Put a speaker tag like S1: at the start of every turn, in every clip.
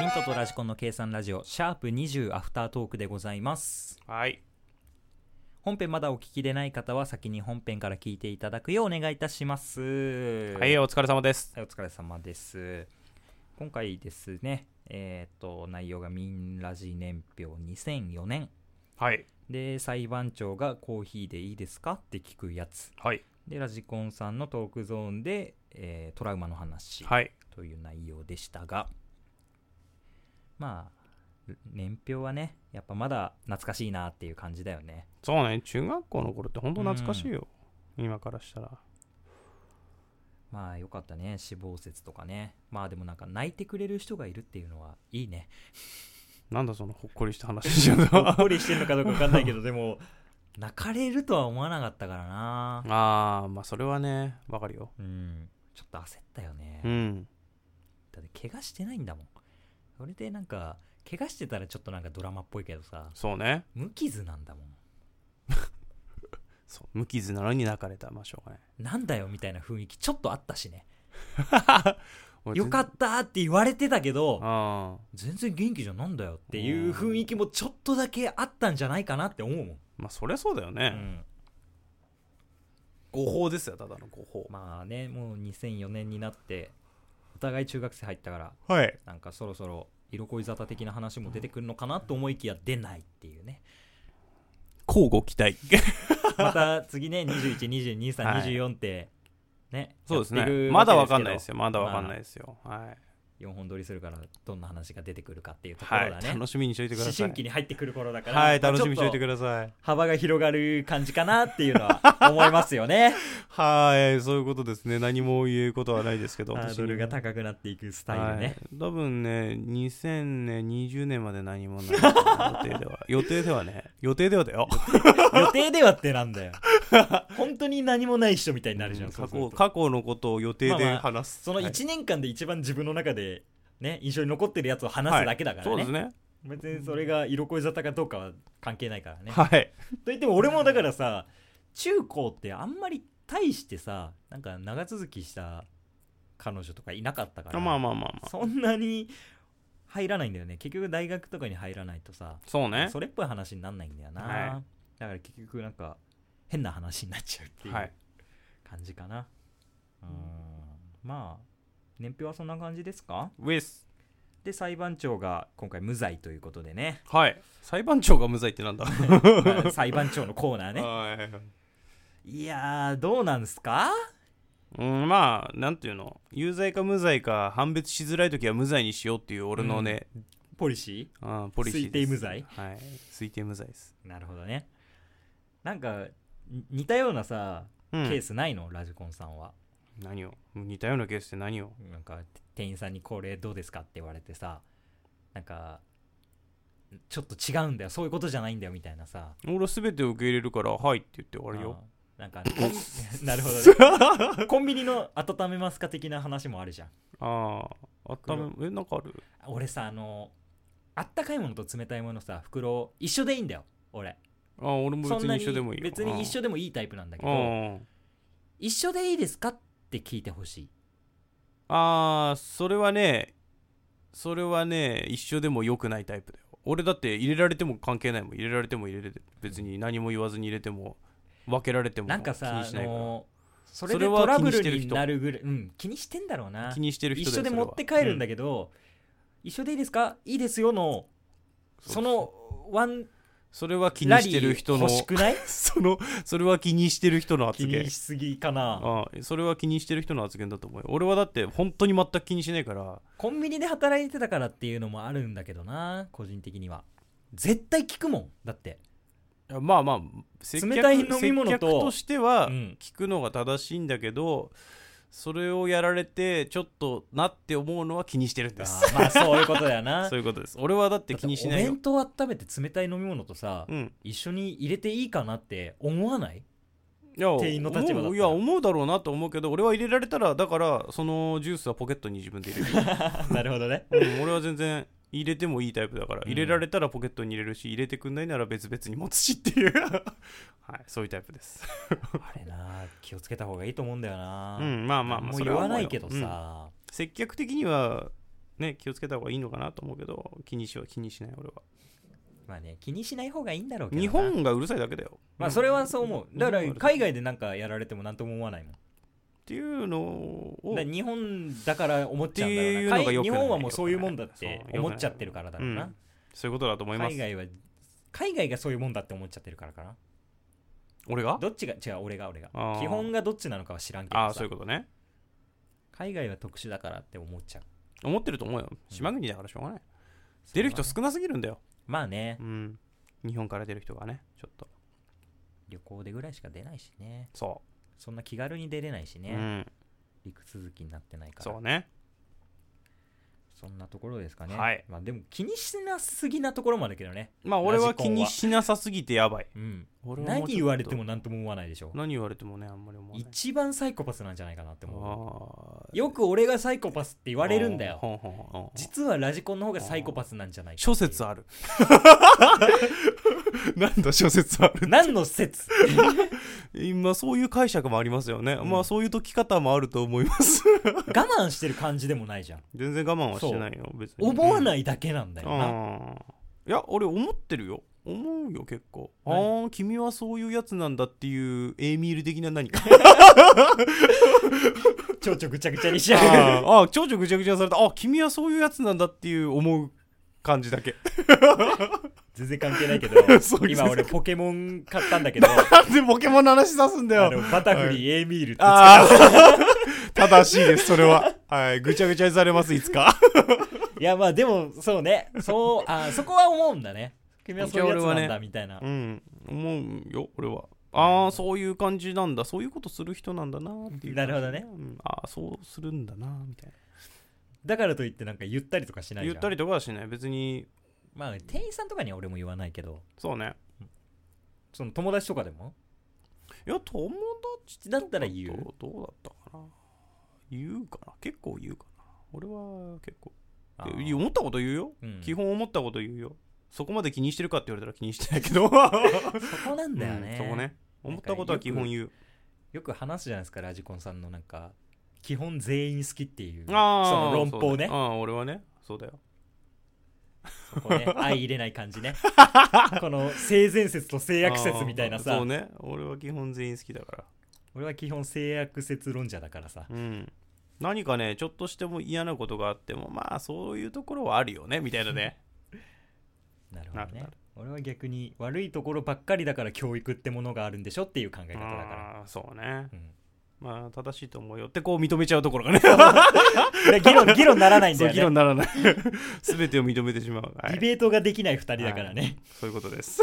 S1: ミントとラジコンの計算ラジオシャープ20アフタートークでございます
S2: はい
S1: 本編まだお聞きでない方は先に本編から聞いていただくようお願いいたしますは
S2: はいお疲れ様です
S1: はい、お疲れ様です。今回ですね、えっ、と、内容が民ラジ年表2004年。
S2: はい
S1: で、裁判長がコーヒーでいいですかって聞くやつ。
S2: はい
S1: で、ラジコンさんのトークゾーンで、えートラウマの話
S2: はい
S1: という内容でしたが、まあ、年表はね、やっぱまだ懐かしいなっていう感じだよね。
S2: そうね中学校の頃って本当懐かしいよ、今からしたら
S1: まあよかったね死亡説とかねまあでもなんか泣いてくれる人がいるっていうのはいいね
S2: なんだそのほっこりした話しちゃう
S1: ほっ
S2: と
S1: こりしてるのかどうか分かんないけど、でも、泣かれるとは思わなかったからな。
S2: ああまあそれはねわかるよ
S1: うん。ちょっと焦ったよね。
S2: うん
S1: だって、怪我してないんだもん。それでなんか、怪我してたらちょっとなんかドラマっぽいけどさ、
S2: そうね
S1: 無傷なんだもん。
S2: そう無傷なのに泣かれたまあしょうがない
S1: なんだよみたいな雰囲気ちょっとあったしね。
S2: 俺
S1: よかったーって言われてたけ
S2: 全
S1: ど、
S2: 然ああ
S1: 全然元気じゃなんだよっていう雰囲気もちょっとだけあったんじゃないかなって思うもん。
S2: まあそりゃそうだよ
S1: う
S2: ね、
S1: ん。
S2: 誤報ですよただの誤報、
S1: まあね、もう2004年になって、お互い中学生入ったから、
S2: はい
S1: なんかそろそろ色恋沙汰的な話も出てくるのかなと思いきや出ないっていう ね
S2: 交互期待
S1: また次ね21222324、
S2: はい
S1: 24ってね
S2: そうです
S1: やってい
S2: ね
S1: く
S2: ま
S1: わけ
S2: だわかんないです
S1: よ
S2: よまだわかんないですよ、はい
S1: 4本撮りするからどんな話が出てくるかっていうとこ
S2: は
S1: ろ
S2: い、
S1: だね、
S2: 楽しみにしておいてくださ
S1: 思
S2: い
S1: 春期に入ってくる頃だから、
S2: はい楽しみにしておいて
S1: ださい
S2: ください
S1: 幅が広がる感じかなっていうのは思いますよ ね
S2: はいそういうことですね何も言うことはないですけど
S1: ハードルが
S2: い
S1: 高くなっていくスタイルね、
S2: 多分ね2000年20年まで何もない予定で は予定ではね予定ではだよ
S1: 予定ではってなん だよ本当に何もない人みたいになるじゃん、そう
S2: 過
S1: する
S2: 去
S1: と
S2: 過去のことを予定で
S1: まあまあ
S2: 話す、
S1: その
S2: はい
S1: 1年間で一番自分の中で、ね、印象に残ってるやつを話すだけだからね,、
S2: そうですね
S1: 別にそれが色恋沙汰かどうかは関係ないからね。と
S2: はい
S1: 言っても俺もだからさ中高ってあんまり大してさなんか長続きした彼女とかいなかったから、
S2: まあまあまあまあ
S1: そんなに入らないんだよね結局大学とかに入らないとさ、
S2: そうね
S1: それっぽい話になんないんだよな、
S2: は
S1: だから結局なんか変な話になっちゃうっていう。
S2: はい
S1: 感じかなうーんまあ年表はそんな感じですか
S2: ウィス
S1: で裁判長が今回無罪ということで ね
S2: はい裁判長が無罪ってなんだ
S1: まあ裁判長のコー ナーね
S2: はい
S1: いやーどうなんすか
S2: うん、まあなんていうの有罪か無罪か判別しづらい時は無罪にしようっていう俺のね、
S1: ポリシ
S2: あーポリシーです
S1: 推定無罪
S2: はい推定無罪です、
S1: ーなるほどねなんかに似たようなさ
S2: う
S1: ケ
S2: ん
S1: ースないの、ラジコンさんは
S2: 何を似たようなケースって何を
S1: なんか店員さんにこれどうですかって言われてさなんかちょっと違うんだよそういうことじゃないんだよみたいなさ
S2: 俺は全て受け入れるからはいって言って終わるよ
S1: あー なんかなるほど、ね、コンビニの温めますか的な話もあるじゃん
S2: あああっためえなんかある
S1: 俺さあのあったかいものと冷たいものさ袋一緒でいいんだよ俺
S2: あー俺も
S1: そ
S2: 別
S1: んな
S2: に一緒でもいいよ
S1: 別に一緒でもいいタイプなんだけ
S2: あ
S1: ど
S2: ー
S1: 一緒でいいですかって聞いてほしい
S2: あーそれはねそれはね一緒でも良くないタイプだよ俺だって入れられても関係ないもん入れられても入れれて別に何も言わずに入れても分けられても気
S1: なん
S2: に
S1: かさ
S2: し
S1: あ
S2: ないから
S1: のそれで
S2: それ
S1: ト
S2: は
S1: ラ
S2: 気
S1: ブ
S2: にし
S1: ル
S2: てる人
S1: になるぐらいうん気にしてんだろうな
S2: 気にしてる人
S1: 一緒で持って帰るんだけど、一緒でいいですかいいですよの
S2: そう
S1: そのワン
S2: それは気に
S1: ラ
S2: して
S1: リ
S2: る
S1: ー
S2: 人の
S1: 欲しく ない
S2: そのそれは気にしてる人の
S1: 気
S2: 発言
S1: にしすぎかな
S2: ああそれは気にしてる人の発言だと思うよ俺はだって本当に全く気にしないから
S1: コンビニで働いてたからっていうのもあるんだけどな個人的には絶対聞くもんだって
S2: いやまあまあ接
S1: 冷たい飲み物と
S2: 接客としては
S1: うん
S2: 聞くのが正しいんだけど、それをやられてちょっとなって思うのは気にしてるん です
S1: あーまあそういうことだよな
S2: そういうことです俺はだって気にしない
S1: だっ
S2: よ
S1: てお弁当温めて冷たい飲み物とさ、
S2: うん
S1: 一緒に入れていいかなって思わ ない
S2: いや
S1: 店員の立場だったら
S2: 思ういや思うだろうなと思うけど俺は入れられたらだからそのジュースはポケットに自分で入れる、
S1: なるほどね
S2: うん俺は全然入れてもいいタイプだから、
S1: うん
S2: 入れられたらポケットに入れるし入れてくんないなら別々に持つしっていう はいそういうタイプです
S1: あれ な気をつけた方がいいと思うんだよな、
S2: うんまあまあま
S1: も
S2: あ
S1: う
S2: それ
S1: 言
S2: は
S1: わ
S2: 思う
S1: な
S2: よ
S1: いけど
S2: うん
S1: さ、
S2: 接客的にはね気をつけた方がいいのかなと思うけど気にしは気にしない俺は
S1: まあね気にしない方がいいんだろうけどな
S2: 日本がうるさいだけだよ
S1: まあ
S2: うん
S1: それはそう思うだから
S2: 日本は
S1: 海外でなんかやられても何とも思わないもん
S2: っていうのを
S1: だから日本だから思っちゃうんだ
S2: って
S1: ろ
S2: いうう
S1: な
S2: のが
S1: 海
S2: 良く
S1: 日
S2: ない
S1: 本はもうそういうもんだっ
S2: そう良
S1: て
S2: くない
S1: 思っちゃってるからだろうな、
S2: そういうことだと思います
S1: 海外は海外がそういうもんだって思っちゃってるからかな
S2: 俺が
S1: どっちが違う俺が俺が
S2: あー
S1: 基本がどっちなのかは知らんけ
S2: ああ
S1: ど
S2: ーそう
S1: さ
S2: いうことね
S1: 海外は特殊だからって思っちゃう
S2: 思ってると思うよ島国だからしょうがない、出る人
S1: それはね
S2: 少なすぎるんだよ、
S1: まあね
S2: うん、日本から出る人がねちょっと
S1: 旅行でぐらいしか出ないしね
S2: そ
S1: そんな気軽に出れないし
S2: う、
S1: ね、
S2: うん、
S1: 陸続きになってないから
S2: そうね
S1: そんなところですかね、
S2: はい
S1: まあ、でも気にしなすぎなところまでけどね、
S2: まあ俺は
S1: ラジコ
S2: 気
S1: ンは
S2: にしなさすぎてやばい
S1: うん、
S2: 俺はもうちょっ
S1: 何
S2: と
S1: 言われても何とも思わないでしょ
S2: 何言われてもねあんまり思わない
S1: 一番サイコパスなんじゃないかなって思
S2: あー
S1: うよく俺がサイコパスって言われるんだよ
S2: ほんほんほんほん
S1: 実はラジコンの方がサイコパスなんじゃないか
S2: 諸説ある なんだ諸説ある
S1: 何の説
S2: 今そういう解釈もありますよね、
S1: うん
S2: まあそういう解き方もあると思います
S1: 我慢してる感じでもないじゃん
S2: 全然我慢はしてないよ別に
S1: 思わ
S2: い
S1: ないだけなんだよな、
S2: いや俺思ってるよ思うよ結構あ
S1: 何
S2: あ君はそういうやつなんだっていうエーミール的な何か
S1: 蝶々ぐちゃぐちゃにしちゃう
S2: あーあー蝶々ぐちゃぐちゃにされたあ君はそういうやつなんだっていう思う感じだけ
S1: 全然関係ないけど
S2: そうです
S1: 今俺ポケモン買ったんだけど あ
S2: なんでポケモンの話出すんだ
S1: のバタフリーエーミールってつけた
S2: ああ 正しいですそれははいぐちゃぐちゃにされますいつか
S1: いやまあでもそうねそうあそこは思うんだね君はそういうやつ
S2: 俺
S1: な
S2: は
S1: んだ
S2: ね
S1: みたいな、
S2: うん思うよ俺はああそういう感じなんだそういうことする人なんだなっていう
S1: なるほどね
S2: うんああそうするんだなみたい
S1: だからといってなんか言ったりとかしな
S2: ない
S1: じゃ
S2: 言
S1: ん
S2: ったりとかはしない別に
S1: まあ店員さんとかには俺も言わないけど
S2: そうね
S1: その友達とかでも
S2: いや友達
S1: だったら言う
S2: とどうだったかな言うかな結構言うかな俺は結構
S1: あー
S2: で思ったこと言うよ、
S1: うん
S2: 基本思ったこと言うよそこまで気にしてるかって言われたら気にしてないけ ど
S1: そこなんだよね,、
S2: うんそこね思ったことは基本言う
S1: よく話すじゃないですかラジコンさんのなんか基本全員好きっていうそ
S2: あー
S1: の論法ね
S2: そうだよあー俺はねそうだよ
S1: そこね 相入れない感じね この性善説と性悪説みたいな
S2: あー
S1: さ、
S2: そうね俺は基本全員好きだから
S1: 俺は基本性悪説論者だからさ
S2: うん何かねちょっとしても嫌なことがあってもまあそういうところはあるよねみたいなね
S1: なるほど
S2: なる
S1: ね
S2: なる
S1: 俺は逆に悪いところばっかりだから教育ってものがあるんでしょっていう考え方だか
S2: あーそうね
S1: ら、うん
S2: まあ正しいと思うよってこう認めちゃうところがね
S1: いや議論議論にならないんだ
S2: そう
S1: よね
S2: 議論にならない全てを認めてしまう、は
S1: ディ
S2: い、
S1: ベートができない2人だからね、
S2: そういうことです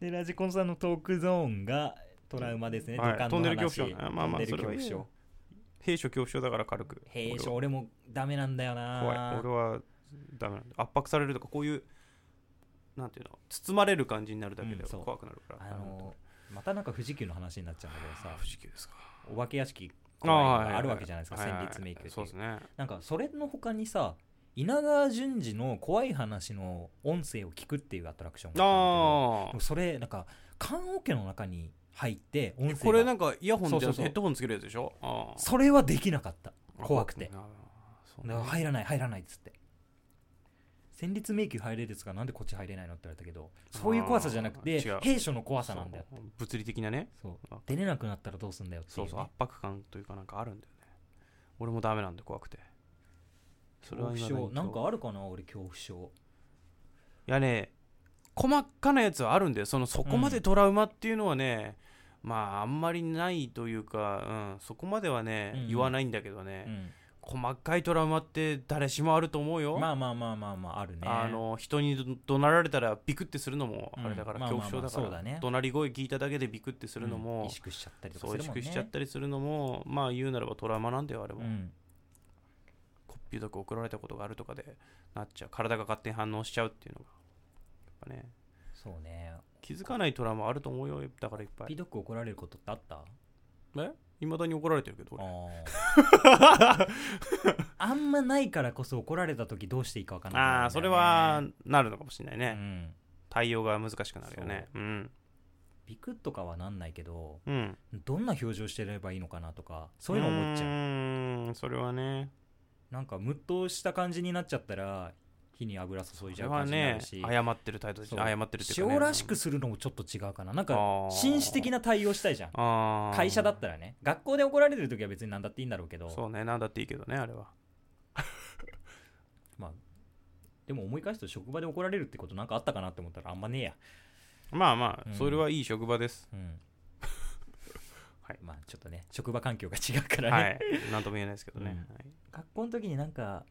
S1: でラジコンさんのトークゾーンがトラウマですね、
S2: はい
S1: 土管の話
S2: トンネル恐怖症あまあ
S1: トン
S2: まあ
S1: ネル
S2: それはいい
S1: 恐怖
S2: 兵所恐怖症だから軽く
S1: 症へえ俺もダメなんだよな
S2: 怖い俺はダメなんだ圧迫されるとかこういうなんていうの包まれる感じになるだけで
S1: うんそう
S2: 怖くなるから、
S1: あのまたなんか富士急の話になっちゃうんだけどさ
S2: 不思議ですか
S1: お化け屋敷
S2: ああはい
S1: あるわけじゃないですか
S2: はい
S1: 戦
S2: はい
S1: 慄迷宮ってい
S2: そうですね
S1: なんかそれの他にさ稲川淳二の怖い話の音声を聞くっていうアトラクションがあったんだけど
S2: あ
S1: でもそれなんか棺桶の中に入って音声
S2: あ
S1: が
S2: これなんかイヤホンじ
S1: そ
S2: ゃ
S1: う
S2: な
S1: そうそ
S2: くて
S1: う
S2: ヘッドホンつけるやつでしょああ
S1: それはできなかった怖くて
S2: あそう
S1: だ
S2: ね
S1: から入らない入らないっつって戦慄迷宮入れるやつがなんでこっち入れないのって言われたけどそういう怖さじゃなくて
S2: あー違う
S1: 兵所の怖さなんだよ
S2: そう物理的なね
S1: そう
S2: あ
S1: 出れなくなったらどうすんだよってい,、
S2: そううそう圧迫感というかなんかあるんだよね俺もダメなんで怖くてそ
S1: 恐怖
S2: 未だに
S1: 症なん
S2: 恐
S1: かあるかな俺恐怖症
S2: いやね細かなやつはあるんでそのそこまでトラウマっていうのはね、まああんまりないというか、うん、そこまではね、
S1: うん
S2: 言わないんだけど
S1: う
S2: ね、
S1: ん
S2: 細かいトラウマって誰しもあると思うよ、
S1: まあまあまあまあまああるね
S2: あの人にど怒鳴られたらビクってするのも
S1: うん
S2: あれだから
S1: まあまあ
S2: 恐
S1: まあ
S2: 怖症だから、
S1: そうだね
S2: 怒鳴り声聞いただけでビクってするの
S1: うん萎、
S2: も
S1: 縮しちゃったりとか
S2: そ
S1: す
S2: う萎
S1: るもんね
S2: 縮しちゃったりするのもまあ言うならばトラウマなんだよあれも、
S1: うん
S2: こっぴどく怒られたことがあるとかでなっちゃう体が勝手に反応しちゃうっていうのがやっぱね
S1: そうね
S2: 気づかないトラウマあると思うよだからいっぱい
S1: ピドック怒られることってあった
S2: えいまだに怒られてるけど俺
S1: あーあんまないからこそ怒られた時どうしていいか分かんない、
S2: ああそれは、なるのかもしれないうね、
S1: ん、
S2: 対応が難しくなるよねうん
S1: ビクッとかはなんないけど
S2: うん
S1: どんな表情してればいいのかなとかそういうの思っちゃう
S2: うーんそれはね
S1: なんかムッとした感じになっちゃったら火に油注い
S2: そ
S1: じ
S2: れ
S1: ゃう
S2: は
S1: 感じにな
S2: ね
S1: るし、
S2: 謝ってる態度で
S1: そう
S2: 謝ってるっていうか、ね、
S1: 塩らしくするのもちょっと違うかななん
S2: あ
S1: か
S2: ー
S1: 紳士的な対応したいじゃん
S2: あー
S1: 会社だったらね学校で怒られてる時は別に何だっていいんだろうけど
S2: そうねなんだっていいけどねあれは
S1: まあでも思い返すと職場で怒られるってことなんかあったかなって思ったらあんまねえや
S2: まあま
S1: う
S2: あ
S1: ん
S2: それはいい職場です、
S1: うん
S2: はい
S1: まあちょっとね職場環境が違うからね、
S2: はいなんとも言えないですけどね、
S1: うん
S2: はい
S1: 学校の時になんか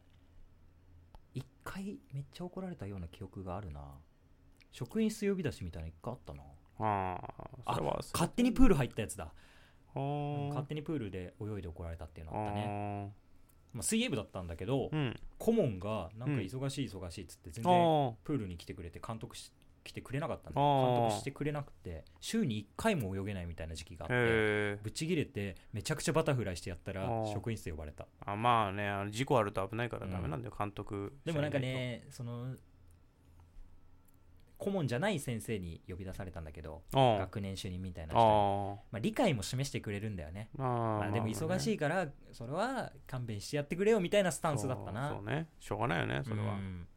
S1: 一回めっちゃ怒られたような記憶があるな職員室呼び出しみたいなの一回あったな
S2: ああそれは
S1: 勝手にプール入ったやつだ、
S2: あー
S1: 勝手にプールで泳いで怒られたっていうのあったね、
S2: ね
S1: まあ、水泳部だったんだけど、
S2: うん
S1: 顧問がなん
S2: うん
S1: か忙しい忙しいっつって全
S2: あ
S1: 然
S2: ー
S1: プールに来てくれて監督し来てくれなかったんだ
S2: あ
S1: よ
S2: ー
S1: 監督してくれなくて週に1回も泳げないみたいな時期があって
S2: へえ
S1: ぶち切れてめちゃくちゃバタフライしてやったら
S2: あー
S1: 職員室呼ばれた
S2: あまあねあの事故あると危ないからダメなんだよ、監督
S1: でもなんかねその顧問じゃない先生に呼び出されたんだけど
S2: あー
S1: 学年主任みたいな
S2: あ
S1: 人に
S2: ー
S1: まあ、理解も示してくれるんだよね
S2: あーまあ
S1: まあ、でも忙し
S2: い
S1: いからそれは勘弁してやってくれよみたいなスタンスだったな
S2: そうそうねしょうがないよねそれは、
S1: うん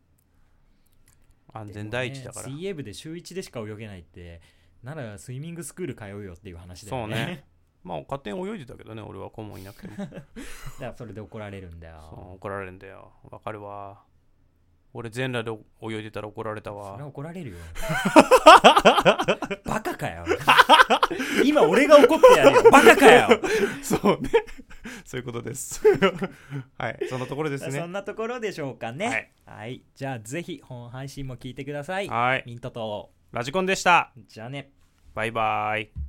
S2: 安全第一だから、
S1: でもね水泳部で週1でしか泳げないってならスイミングスクール通うよっていう話だ
S2: そう
S1: よね
S2: ねまあ勝手に泳いでたけどね俺は顧問いなくても
S1: だからそれで怒られるんだ
S2: そう
S1: よ
S2: 怒られるんだよわかるわ俺全裸で泳いでたら怒られた
S1: それは
S2: わ
S1: 怒られるよバカか よ今俺が怒ってやるよバカか よ
S2: そうね そういうことです はいそのところです
S1: そ
S2: ね
S1: んなところでしょうかね
S2: は
S1: はいい、じゃあぜひ本配信も聞いてください
S2: はい
S1: ミントと
S2: ラジコンでした
S1: じゃあね
S2: バイバイ